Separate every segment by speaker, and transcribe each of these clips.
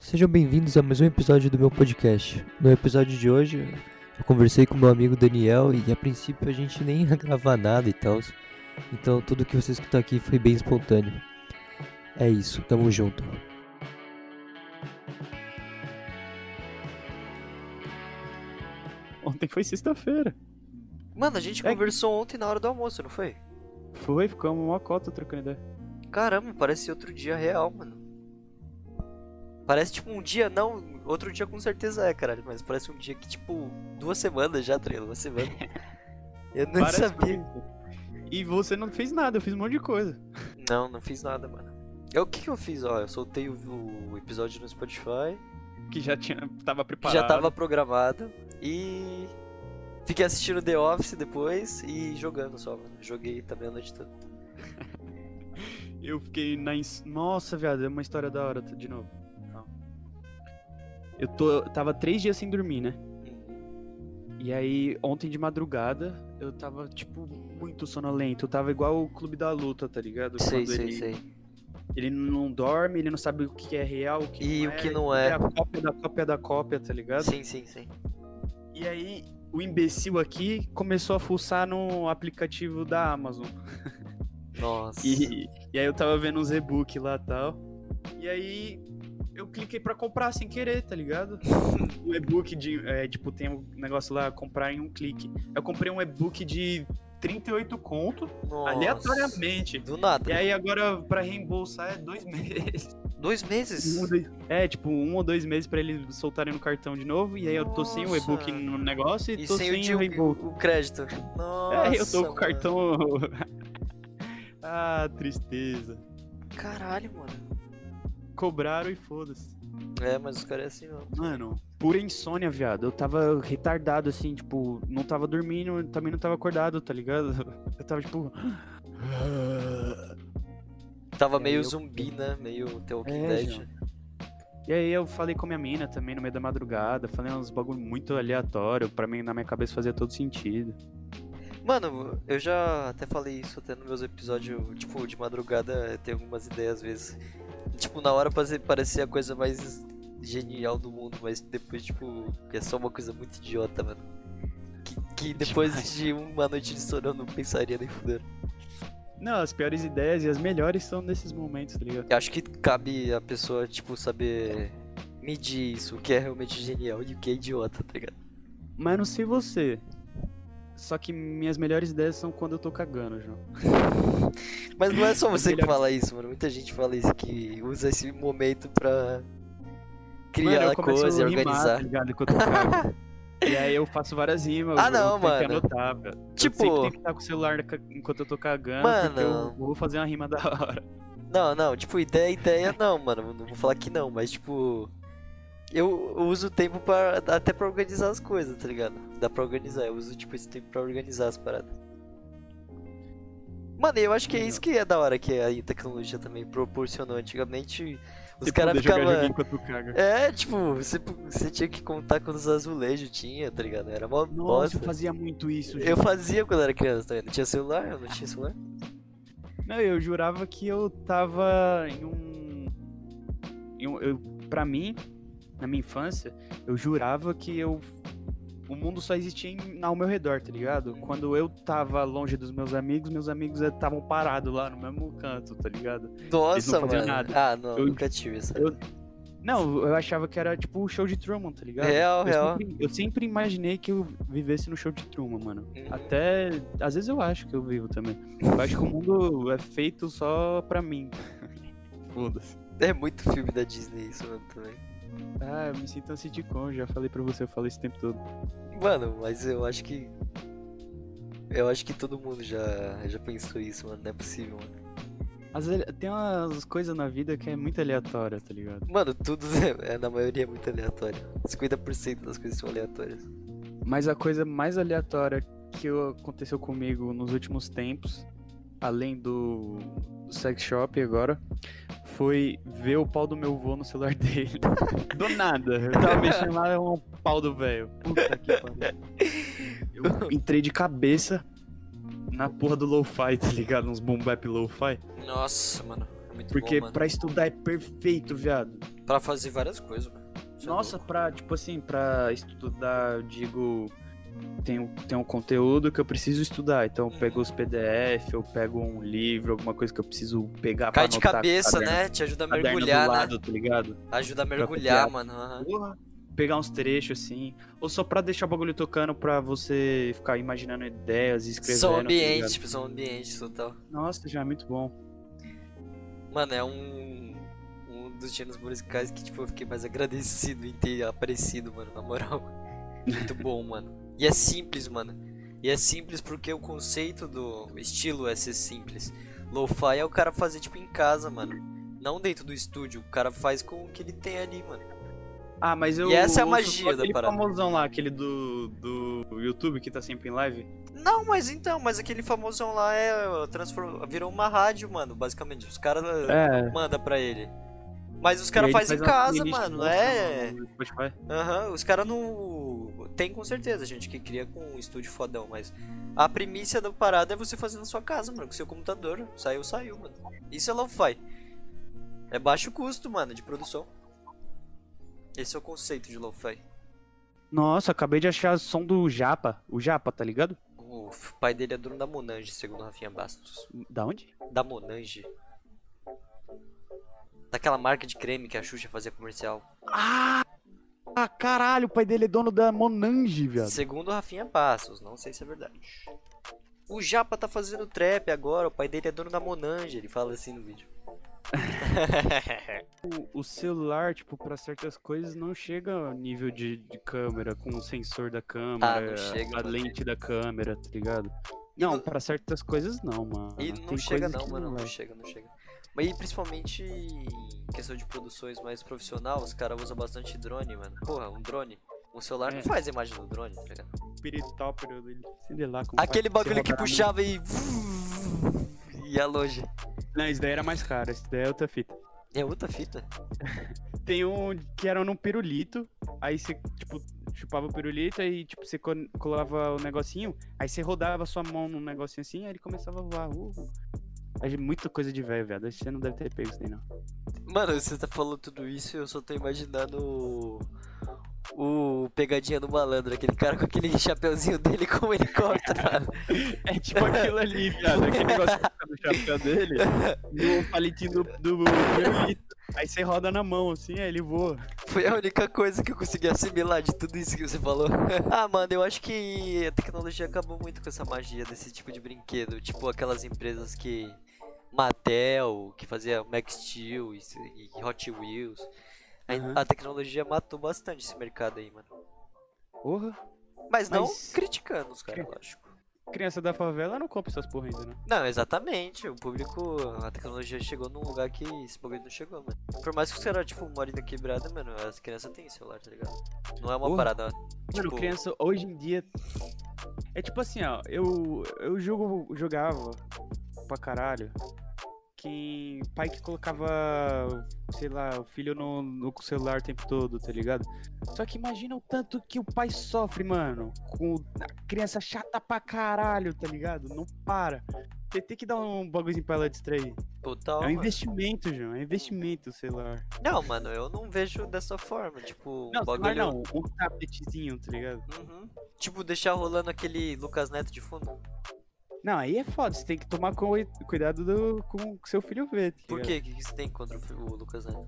Speaker 1: Sejam bem-vindos a mais um episódio do meu podcast. No episódio de hoje, eu conversei com meu amigo Daniel e a princípio a gente nem ia gravar nada e tal. Então tudo que você escutou aqui foi bem espontâneo. É isso, tamo junto.
Speaker 2: Ontem foi sexta-feira.
Speaker 3: Mano, a gente
Speaker 2: É.
Speaker 3: conversou ontem na hora do almoço, não foi?
Speaker 2: Foi, ficamos uma cota trocando ideia.
Speaker 3: Caramba, parece outro dia real, mano. Parece tipo um dia, não. Outro dia com certeza é, caralho. Mas parece um dia que, tipo, duas semanas já, Trelo. Uma semana. Eu não
Speaker 2: Parece
Speaker 3: sabia.
Speaker 2: muito. E você não fez nada, eu fiz um monte de coisa.
Speaker 3: Não, não fiz nada, mano. Eu, o que, que eu fiz? Ó, eu soltei o, o episódio no Spotify,
Speaker 2: Que já tinha, tava
Speaker 3: que
Speaker 2: preparado.
Speaker 3: já tava programado. E. Fiquei assistindo The Office depois e jogando só, mano. Joguei também a noite toda.
Speaker 2: Eu fiquei na. ins- Nossa, viado, é uma história da hora de novo. Calma. Eu tô, eu tava três dias sem dormir, né? E aí, ontem de madrugada, eu tava, tipo, muito sonolento. Eu tava igual o Clube da Luta, tá ligado?
Speaker 3: Hum, Sei,
Speaker 2: Quando
Speaker 3: sei,
Speaker 2: ele,
Speaker 3: sei.
Speaker 2: ele não dorme, ele não sabe o que é real, o que
Speaker 3: E
Speaker 2: não
Speaker 3: o
Speaker 2: é.
Speaker 3: que não
Speaker 2: É
Speaker 3: é.
Speaker 2: a cópia da cópia da cópia, tá ligado?
Speaker 3: Sim, sim, sim.
Speaker 2: E aí, o imbecil aqui começou a fuçar no aplicativo da Amazon.
Speaker 3: Nossa.
Speaker 2: E, e aí eu tava vendo uns e-book lá e tal. E aí eu cliquei pra comprar sem querer, tá ligado? Um e-book de. é, tipo, tem um negócio lá, comprar em um clique. Eu comprei um e-book de 38 conto,
Speaker 3: Nossa.
Speaker 2: aleatoriamente.
Speaker 3: Do nada.
Speaker 2: E aí agora, pra reembolsar, é dois meses.
Speaker 3: Dois
Speaker 2: Um ou
Speaker 3: meses?
Speaker 2: dois- É, tipo, um ou dois meses pra eles soltarem no cartão de novo. E aí eu tô sem o e-book
Speaker 3: Nossa.
Speaker 2: no negócio e,
Speaker 3: E
Speaker 2: tô
Speaker 3: sem o,
Speaker 2: sem
Speaker 3: dia-
Speaker 2: o reembolso.
Speaker 3: o crédito. Nossa.
Speaker 2: É, eu tô com
Speaker 3: mano.
Speaker 2: o cartão. ah, tristeza.
Speaker 3: Caralho, mano.
Speaker 2: Cobraram e foda-se.
Speaker 3: É, mas os caras é assim, mano.
Speaker 2: Mano, pura insônia, viado. Eu tava retardado, assim, tipo, não tava dormindo, também não tava acordado, tá ligado? Eu tava, tipo.
Speaker 3: Tava
Speaker 2: É,
Speaker 3: meio
Speaker 2: eu-
Speaker 3: zumbi, né? Meio The Walking
Speaker 2: É,
Speaker 3: Dead.
Speaker 2: João. E aí eu falei com a minha mina também no meio da madrugada, falei uns bagulho muito aleatório, pra mim na minha cabeça fazia todo sentido.
Speaker 3: Mano, eu já até falei isso até nos meus episódios, tipo, de madrugada, eu tenho algumas ideias às vezes. Tipo, na hora pare- parecia a coisa mais genial do mundo, mas depois, tipo, é só uma coisa muito idiota, mano. Que, que depois de uma noite de sono eu não pensaria nem fuder.
Speaker 2: Não, as piores ideias e as melhores são nesses momentos, tá ligado?
Speaker 3: Eu acho que cabe a pessoa, tipo, saber medir isso, o que é realmente genial e o que é idiota, tá ligado?
Speaker 2: Mas não sei você. Só que minhas melhores ideias são quando eu tô cagando, João.
Speaker 3: Mas não é só você que
Speaker 2: Melhor-
Speaker 3: fala isso, mano. Muita gente fala isso, que usa esse momento pra criar
Speaker 2: Mano, eu começo
Speaker 3: coisa e
Speaker 2: a rimar,
Speaker 3: organizar.
Speaker 2: tá ligado, enquanto eu cago. e aí eu faço várias rimas.
Speaker 3: Ah,
Speaker 2: eu
Speaker 3: não,
Speaker 2: tenho que
Speaker 3: mano.
Speaker 2: anotar, velho. Eu
Speaker 3: Tipo-
Speaker 2: sempre tenho que estar com o celular ca- enquanto eu tô cagando. Porque eu
Speaker 3: Mano.
Speaker 2: vou fazer uma rima da hora.
Speaker 3: Não, não, tipo, ideia, ideia não, mano. Não vou falar que não, mas tipo. Eu uso o tempo pra, até pra organizar as coisas, tá ligado? Dá pra organizar, eu uso tipo esse tempo pra organizar as paradas. Mano, eu acho que é isso que é da hora que a tecnologia também proporcionou. Antigamente, os
Speaker 2: Se
Speaker 3: caras
Speaker 2: puder jogar
Speaker 3: ficavam.
Speaker 2: joguinho enquanto eu cago.
Speaker 3: É, tipo, você, você tinha que contar quantos azulejos tinha, tá ligado? Era mó
Speaker 2: Nossa, eu
Speaker 3: bosta.
Speaker 2: fazia muito isso, Ah.
Speaker 3: Eu
Speaker 2: João.
Speaker 3: fazia quando era criança também. Não tinha celular? Eu não tinha celular?
Speaker 2: Não, eu jurava que eu tava em um. Em um eu, pra mim, na minha infância, eu jurava que eu. O mundo só existia em- ao meu redor, tá ligado? Quando eu tava longe dos meus amigos, meus amigos estavam parados lá no mesmo canto, tá ligado?
Speaker 3: Nossa,
Speaker 2: faziam
Speaker 3: mano.
Speaker 2: nada.
Speaker 3: Ah, não,
Speaker 2: Eu-
Speaker 3: nunca tive essa.
Speaker 2: eu- Não, eu achava que era tipo o show de Truman, tá ligado?
Speaker 3: Real,
Speaker 2: eu,
Speaker 3: É, real.
Speaker 2: Sempre, eu sempre imaginei que eu vivesse no show de Truman, mano.
Speaker 3: Uhum.
Speaker 2: Até. Às vezes eu acho que eu vivo também. Eu acho que o mundo é feito só pra mim. Foda-se.
Speaker 3: É muito filme da Disney isso, mano, também.
Speaker 2: Ah, eu me sinto um sitcom, já falei pra você, eu falei esse tempo todo.
Speaker 3: Mano, mas eu acho que. Eu acho que todo mundo já, já pensou isso, mano. Não é possível, mano.
Speaker 2: Mas ele- tem umas coisas na vida que é muito aleatória, tá ligado?
Speaker 3: Mano, tudo é, na maioria é muito aleatório. 50% das coisas são aleatórias.
Speaker 2: Mas a coisa mais aleatória que eu- aconteceu comigo nos últimos tempos, além do, do sex shop agora, foi ver o pau do meu vô no celular dele. Do nada, eu tava mexendo lá, é um pau do velho. Puta que pariu. Eu entrei de cabeça na porra do lo-fi, tá ligado? Uns boom bap lo-fi.
Speaker 3: Nossa, mano. É muito
Speaker 2: Porque pra estudar é perfeito, viado.
Speaker 3: Pra fazer várias coisas, mano. Isso é
Speaker 2: Nossa,
Speaker 3: louco.
Speaker 2: pra, tipo assim, pra estudar, eu digo, tem, um- tem um conteúdo que eu preciso estudar. Então
Speaker 3: Uhum.
Speaker 2: eu pego os PDF, eu pego um livro, alguma coisa que eu preciso pegar
Speaker 3: Cai
Speaker 2: pra
Speaker 3: de
Speaker 2: anotar com o
Speaker 3: cabeça,
Speaker 2: caderno-
Speaker 3: né? Te ajuda a
Speaker 2: caderno
Speaker 3: mergulhar,
Speaker 2: do
Speaker 3: né?
Speaker 2: lado, tá ligado?
Speaker 3: Ajuda a mergulhar,
Speaker 2: copiar.
Speaker 3: mano. aham.
Speaker 2: Porra. Pegar uns trechos, assim. Ou só pra deixar o bagulho tocando pra você ficar imaginando ideias e escrevendo.
Speaker 3: São
Speaker 2: tá
Speaker 3: ambiente,
Speaker 2: ligado?
Speaker 3: tipo, são ambiente total.
Speaker 2: Nossa, já é muito bom.
Speaker 3: Mano, é um. Um dos gêneros musicais que, tipo, eu fiquei mais agradecido em ter aparecido, mano, na moral. Muito bom, mano. E é simples, mano. E é simples porque o conceito do estilo é ser simples. Lo-fi é o cara fazer, tipo, em casa, mano. Não dentro do estúdio. O cara faz com o que ele tem ali, mano.
Speaker 2: Ah, mas eu.
Speaker 3: E essa é a
Speaker 2: ouço
Speaker 3: magia
Speaker 2: só
Speaker 3: da
Speaker 2: aquele
Speaker 3: parada.
Speaker 2: famosão lá, aquele do, do YouTube que tá sempre em live.
Speaker 3: Não, mas então, mas aquele famosão lá é. Transform... Virou uma rádio, mano, basicamente. Os caras
Speaker 2: É.
Speaker 3: mandam pra ele. Mas
Speaker 2: E
Speaker 3: os
Speaker 2: aí
Speaker 3: caras
Speaker 2: ele
Speaker 3: fazem em
Speaker 2: faz uma
Speaker 3: casa,
Speaker 2: playlist
Speaker 3: mano.
Speaker 2: nossa
Speaker 3: É.
Speaker 2: no- no Spotify.
Speaker 3: Aham, os caras não. Tem com certeza, gente, que cria com um estúdio fodão, mas a primícia da parada é você fazer na sua casa, mano, com seu computador. Saiu, saiu, mano. Isso é lo-fi. É baixo custo, mano, de produção. Esse é o conceito de lo-fi.
Speaker 2: Nossa, acabei de achar o som do Japa. O Japa, tá ligado?
Speaker 3: O f- pai dele é dono da Monange, segundo Rafinha Bastos.
Speaker 2: Da onde?
Speaker 3: Da Monange. Daquela marca de creme que a Xuxa fazia comercial.
Speaker 2: Ah! Ah, caralho, o pai dele é dono da Monange, viado.
Speaker 3: Segundo Rafinha Passos, não sei se é verdade. O Japa tá fazendo trap agora, o pai dele é dono da Monange, ele fala assim no vídeo.
Speaker 2: O, o celular, tipo, pra certas coisas não chega ao nível de, de câmera, com o sensor da câmera,
Speaker 3: Ah, não chega,
Speaker 2: a
Speaker 3: mano.
Speaker 2: lente da câmera, tá ligado?
Speaker 3: E
Speaker 2: Não,
Speaker 3: não-
Speaker 2: pra certas coisas não, mano.
Speaker 3: E não
Speaker 2: Ah, Tem
Speaker 3: chega
Speaker 2: coisas
Speaker 3: não,
Speaker 2: que é.
Speaker 3: mano, não,
Speaker 2: vai.
Speaker 3: chega, não chega. Mas e principalmente em questão de produções mais profissional, os caras usam bastante drone, mano. Porra, um drone. Um celular não
Speaker 2: É.
Speaker 3: faz a imagem do drone, tá ligado?
Speaker 2: Piritópero dele, sei lá como
Speaker 3: Aquele
Speaker 2: faz pra você
Speaker 3: bagulho que
Speaker 2: rodar na
Speaker 3: puxava e. ia longe.
Speaker 2: mão. Não, isso daí era mais caro, isso daí é outra fita.
Speaker 3: É outra fita?
Speaker 2: Tem um que era num pirulito, aí você, tipo, chupava o pirulito e, tipo, você co- colava o negocinho, aí você rodava sua mão num negocinho assim, aí ele começava a voar. Uh, uh. É de- muita coisa de velho, viado. Acho que Você não deve ter pego isso daí, não.
Speaker 3: Mano, você tá falando tudo isso e eu só tô imaginando o... o pegadinha do malandro, aquele cara com aquele chapeuzinho dele com o helicóptero. mano.
Speaker 2: É tipo aquilo ali, viado. Aquele negócio que tá no chapéu dele, no palitinho do, do pirulito. Aí você roda na mão, assim, aí ele voa.
Speaker 3: Foi a única coisa que eu consegui assimilar de tudo isso que você falou. ah, mano, eu acho que a tecnologia acabou muito com essa magia desse tipo de brinquedo. Tipo aquelas empresas que. Mattel, que fazia Max Steel e e Hot Wheels. A-
Speaker 2: Aham.
Speaker 3: A tecnologia matou bastante esse mercado aí, mano.
Speaker 2: Porra.
Speaker 3: Mas não
Speaker 2: Mas-
Speaker 3: criticando os caras, lógico.
Speaker 2: Criança da favela não compra essas porra ainda, né?
Speaker 3: Não, exatamente. O público, a tecnologia chegou num lugar que esse bagulho não chegou, mano. Por mais que os caras, tipo, morem na quebrada, mano, as crianças têm celular, tá ligado? Não é uma
Speaker 2: Porra.
Speaker 3: parada.
Speaker 2: Mano,
Speaker 3: Tipo-
Speaker 2: criança hoje em dia. É tipo assim, ó, eu, eu jogo, jogava pra caralho. Quem. Pai que colocava, sei lá, o filho no, no celular o tempo todo, tá ligado? Só que imagina o tanto que o pai sofre, mano. Com a criança chata pra caralho, tá ligado? Não para. Você tem que dar um bagulhozinho pra ela distrair.
Speaker 3: Total.
Speaker 2: é um
Speaker 3: mano.
Speaker 2: investimento, João. É um investimento o celular.
Speaker 3: Não, mano, eu não vejo dessa forma. Tipo,
Speaker 2: Não,
Speaker 3: um
Speaker 2: celular
Speaker 3: bagulho.
Speaker 2: não. Um tabletzinho, tá ligado?
Speaker 3: Uhum. Tipo, deixar rolando aquele Lucas Neto de fundo. tá
Speaker 2: Não, aí é foda, você tem que tomar cu- cuidado do, com o que seu filho vê. tá
Speaker 3: Por
Speaker 2: ligado?
Speaker 3: quê? O que que você tem contra o fi- o Lucas Neto?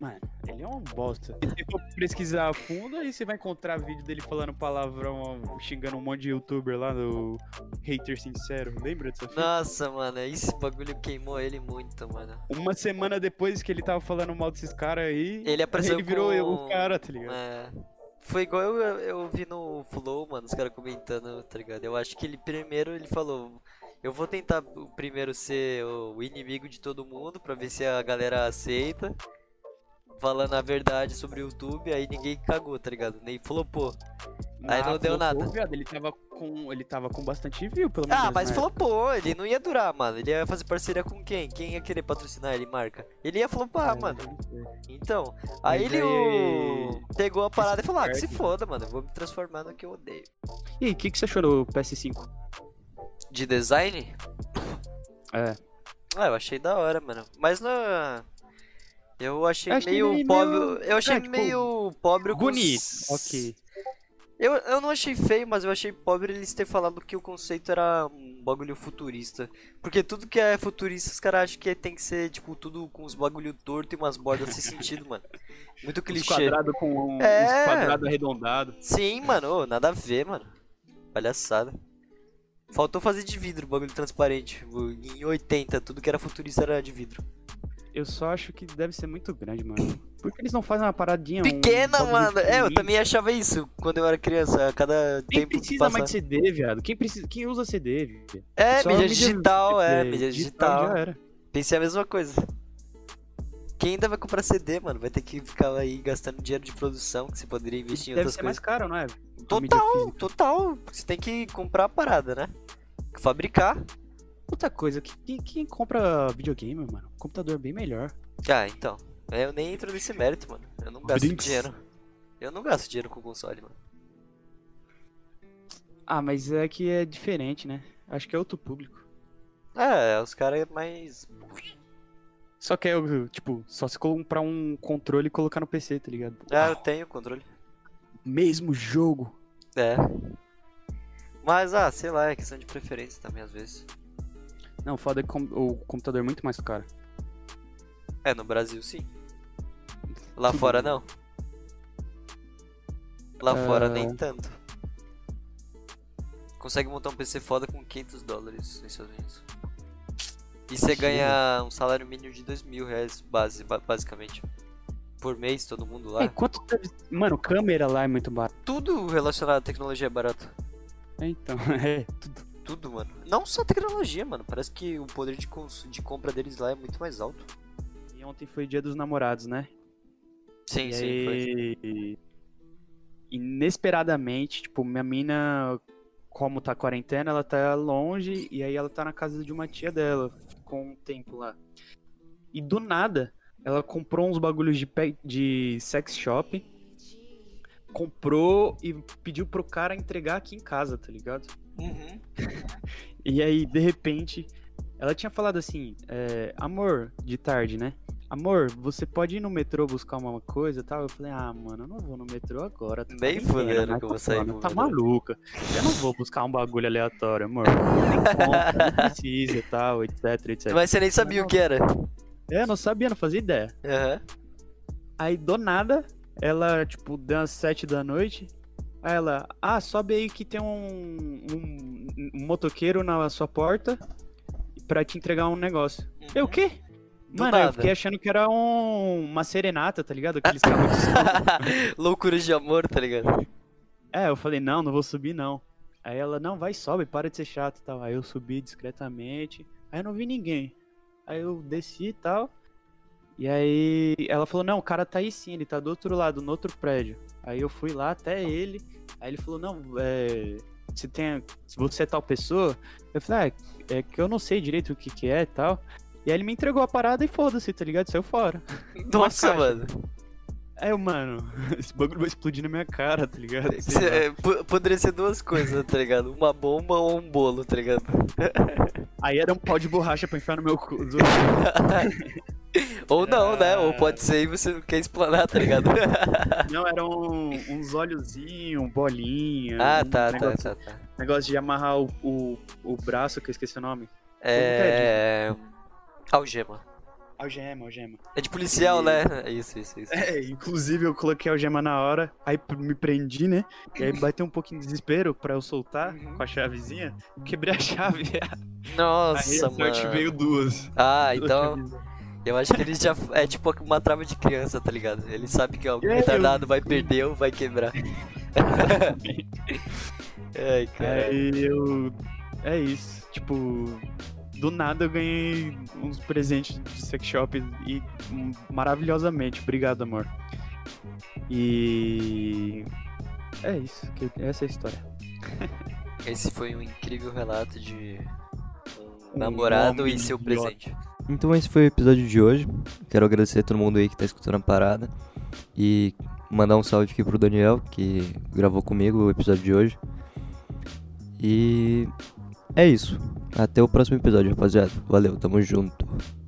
Speaker 2: Mano, ele é um bosta. Se você for pesquisar a fundo, aí você vai encontrar vídeo dele falando palavrão, xingando um monte de youtuber lá do Hater Sincero. Lembra dessa fita?
Speaker 3: Nossa, mano, esse bagulho queimou ele muito, mano.
Speaker 2: Uma semana depois que ele tava falando mal desses caras aí,
Speaker 3: Ele apareceu
Speaker 2: ele virou
Speaker 3: com-
Speaker 2: eu, o cara, tá ligado?
Speaker 3: É. Foi igual eu, eu vi no Flow, mano, os caras comentando, tá ligado? Eu acho que ele primeiro ele falou. Eu vou tentar o primeiro ser o inimigo de todo mundo pra ver se a galera aceita. Falando a verdade sobre o YouTube, aí ninguém cagou, tá ligado? Nem flopou. Aí não
Speaker 2: flopou,
Speaker 3: deu nada.
Speaker 2: viado, Ele tava com, ele tava com bastante view, pelo menos.
Speaker 3: Ah, mas
Speaker 2: né?
Speaker 3: flopou, ele não ia durar, mano. Ele ia fazer parceria com quem? Quem ia querer patrocinar ele, marca? Ele ia flopar,
Speaker 2: É,
Speaker 3: mano.
Speaker 2: não sei.
Speaker 3: Então, aí
Speaker 2: Mas
Speaker 3: ele
Speaker 2: aí-
Speaker 3: o- pegou a parada e falou: ah, que se
Speaker 2: perde.
Speaker 3: foda, mano, eu vou me transformar no que eu odeio.
Speaker 2: E aí, o que, que você achou do PS5?
Speaker 3: De design?
Speaker 2: É.
Speaker 3: Ah, eu achei da hora, mano. Mas na. Eu achei,
Speaker 2: Achei
Speaker 3: meio
Speaker 2: meio-
Speaker 3: pobre.
Speaker 2: meio-
Speaker 3: Eu achei
Speaker 2: é, tipo,
Speaker 3: meio pobre o
Speaker 2: Guni.
Speaker 3: cons-
Speaker 2: Ok.
Speaker 3: Eu, eu não achei feio, mas eu achei pobre eles terem falado que o conceito era um bagulho futurista. Porque tudo que é futurista, os caras acham que tem que ser, tipo, tudo com uns bagulho torto e umas bordas sem sentido, mano. Muito
Speaker 2: Uns
Speaker 3: clichê.
Speaker 2: quadrado com um,
Speaker 3: É.
Speaker 2: uns quadrado arredondado.
Speaker 3: Sim, mano, ô, nada a ver, mano. Palhaçada. Faltou fazer de vidro o bagulho transparente. O- Em 80, tudo que era futurista era de vidro.
Speaker 2: Eu só acho que deve ser muito grande, mano. Por que eles não fazem uma paradinha? um
Speaker 3: Pequena,
Speaker 2: bagulho
Speaker 3: mano. É, eu
Speaker 2: pequenininho?
Speaker 3: também achava isso quando eu era criança. A cada
Speaker 2: Quem
Speaker 3: tempo que
Speaker 2: precisa
Speaker 3: passa-
Speaker 2: mais de CD, viado? Quem, precisa... Quem usa CD, viado?
Speaker 3: É,
Speaker 2: Só
Speaker 3: mídia,
Speaker 2: mídia
Speaker 3: digital, é,
Speaker 2: velho.
Speaker 3: mídia digital.
Speaker 2: já era.
Speaker 3: Pensei a mesma coisa. Quem ainda vai comprar CD, mano? Vai ter que ficar aí gastando dinheiro de produção que você poderia investir em
Speaker 2: Deve
Speaker 3: outras
Speaker 2: ser mais
Speaker 3: coisas.
Speaker 2: caro, não é? A mídia
Speaker 3: Total,
Speaker 2: física.
Speaker 3: total. Você tem que comprar a parada, né? Fabricar.
Speaker 2: Outra coisa, que- quem, quem compra videogame, mano? Computador é bem melhor.
Speaker 3: Ah, então. Eu nem entro nesse mérito, mano. Eu não gasto
Speaker 2: Brinks.
Speaker 3: dinheiro. Eu não gasto dinheiro com console, mano.
Speaker 2: Ah, mas é que é diferente, né? Acho que é outro público.
Speaker 3: É, os caras é mais.
Speaker 2: Só que é, o- tipo, só se comprar um controle e colocar no PC, tá ligado?
Speaker 3: Ah, eu tenho controle.
Speaker 2: Mesmo jogo.
Speaker 3: É. Mas, ah, sei lá, é questão de preferência também, às vezes.
Speaker 2: Não, foda que com- o computador é muito mais caro.
Speaker 3: É, no Brasil sim. Lá
Speaker 2: Tudo
Speaker 3: fora não. Lá
Speaker 2: Ah.
Speaker 3: fora nem tanto. Consegue montar um PC foda com 500 dólares nos Estados Unidos. E você
Speaker 2: Imagina.
Speaker 3: ganha um salário mínimo de 2 mil reais, base, ba- basicamente. Por mês, todo mundo lá.
Speaker 2: É, quanto deve... Mano, câmera lá é muito barato.
Speaker 3: Tudo relacionado à tecnologia é barato.
Speaker 2: É, então, é.
Speaker 3: Tudo, mano. Não só tecnologia, mano. Parece que o poder de, cons- de compra deles lá é muito mais alto.
Speaker 2: E ontem foi dia dos namorados, né?
Speaker 3: Sim,
Speaker 2: E
Speaker 3: sim, foi.
Speaker 2: aí, inesperadamente, tipo, minha mina, como tá quarentena, ela tá longe e aí ela tá na casa de uma tia dela, com um tempo lá. E do nada, ela comprou uns bagulhos de, pe- de sex shop, comprou e pediu pro cara entregar aqui em casa, tá ligado?
Speaker 3: Uhum.
Speaker 2: E aí, de repente, ela tinha falado assim, é, amor, de tarde, né? Amor, você pode ir no metrô buscar uma coisa e tal? Eu falei, ah, mano, eu não vou no metrô agora. tá
Speaker 3: Bem
Speaker 2: quarentena,
Speaker 3: fuleiro
Speaker 2: mas
Speaker 3: que eu vou
Speaker 2: tá
Speaker 3: sair
Speaker 2: foda,
Speaker 3: pro
Speaker 2: Tá
Speaker 3: metrô."
Speaker 2: maluca. Eu não vou buscar um bagulho aleatório, amor. Nem conta, não precisa e tal, etc, etc.
Speaker 3: Mas você nem sabia o que era.
Speaker 2: É, eu não sabia, não fazia ideia.
Speaker 3: Aham.
Speaker 2: Aí do nada, ela, tipo, deu umas sete da noite. Aí ela, ah, sobe aí que tem um, um, um motoqueiro na sua porta pra te entregar um negócio. Eu o quê?
Speaker 3: Do
Speaker 2: Mano,
Speaker 3: nada.
Speaker 2: eu fiquei achando que era um- uma serenata, tá ligado? Aqueles carros.
Speaker 3: Loucuras de amor, tá ligado?
Speaker 2: É, eu falei, não, não vou subir, não. Aí ela, não, vai, sobe, para de ser chato e tal. Aí eu subi discretamente. Aí eu não vi ninguém. Aí eu desci e tal. E aí ela falou, não, o cara tá aí sim, ele tá do outro lado, no outro prédio. Aí eu fui lá até ele. Aí ele falou, não, é, você tem. Se você é tal pessoa, eu falei, ah, é que eu não sei direito o que, que é e tal. E aí ele me entregou a parada e foda-se, tá ligado? Saiu fora.
Speaker 3: Nossa,
Speaker 2: caixa.
Speaker 3: mano.
Speaker 2: Aí eu, mano, esse bagulho vai explodir na minha cara, tá ligado? Sei lá.
Speaker 3: Cê- é, po- Poderia ser duas coisas, tá ligado? Uma bomba ou um bolo, tá ligado?
Speaker 2: Aí era um pau de borracha pra enfiar no meu cu. zo-
Speaker 3: Ou não, né?
Speaker 2: Ah.
Speaker 3: Ou pode ser e você não quer explanar, tá ligado?
Speaker 2: Não, era um, uns olhozinhos, um bolinha.
Speaker 3: ah,
Speaker 2: um
Speaker 3: tá, tá,
Speaker 2: negócio,
Speaker 3: tá, tá.
Speaker 2: Negócio de amarrar o, o, o braço, que eu esqueci o nome.
Speaker 3: É. Algema.
Speaker 2: Algema, algema.
Speaker 3: É de policial,
Speaker 2: E-
Speaker 3: né? É Isso, isso, isso.
Speaker 2: É, inclusive eu coloquei a algema na hora, aí p- me prendi, né? E aí bateu um pouquinho de desespero pra eu soltar
Speaker 3: Uhum.
Speaker 2: com a chavezinha. Quebrei a chave. aí
Speaker 3: Nossa,
Speaker 2: a sorte
Speaker 3: mano.
Speaker 2: veio duas.
Speaker 3: Ah,
Speaker 2: Duas
Speaker 3: então.
Speaker 2: chavezinhas.
Speaker 3: Eu acho que ele já. É tipo uma trava de criança, tá ligado? Ele sabe que algum
Speaker 2: É, eu-
Speaker 3: retardado vai perder ou vai quebrar. Ai, cara.
Speaker 2: Aí eu. É isso. Tipo, do nada eu ganhei uns presentes de sex shop e hum, maravilhosamente. Obrigado, amor. E. É isso. que- Essa é a história.
Speaker 3: Esse foi um incrível relato de um
Speaker 2: Um
Speaker 3: namorado
Speaker 2: homem
Speaker 3: e seu
Speaker 2: idiota.
Speaker 3: presente.
Speaker 1: Então esse foi o episódio de hoje. Quero agradecer a todo mundo aí que tá escutando a parada. E mandar um salve aqui pro Daniel, que gravou comigo o episódio de hoje. E é isso. Até o próximo episódio, rapaziada. Valeu, tamo junto.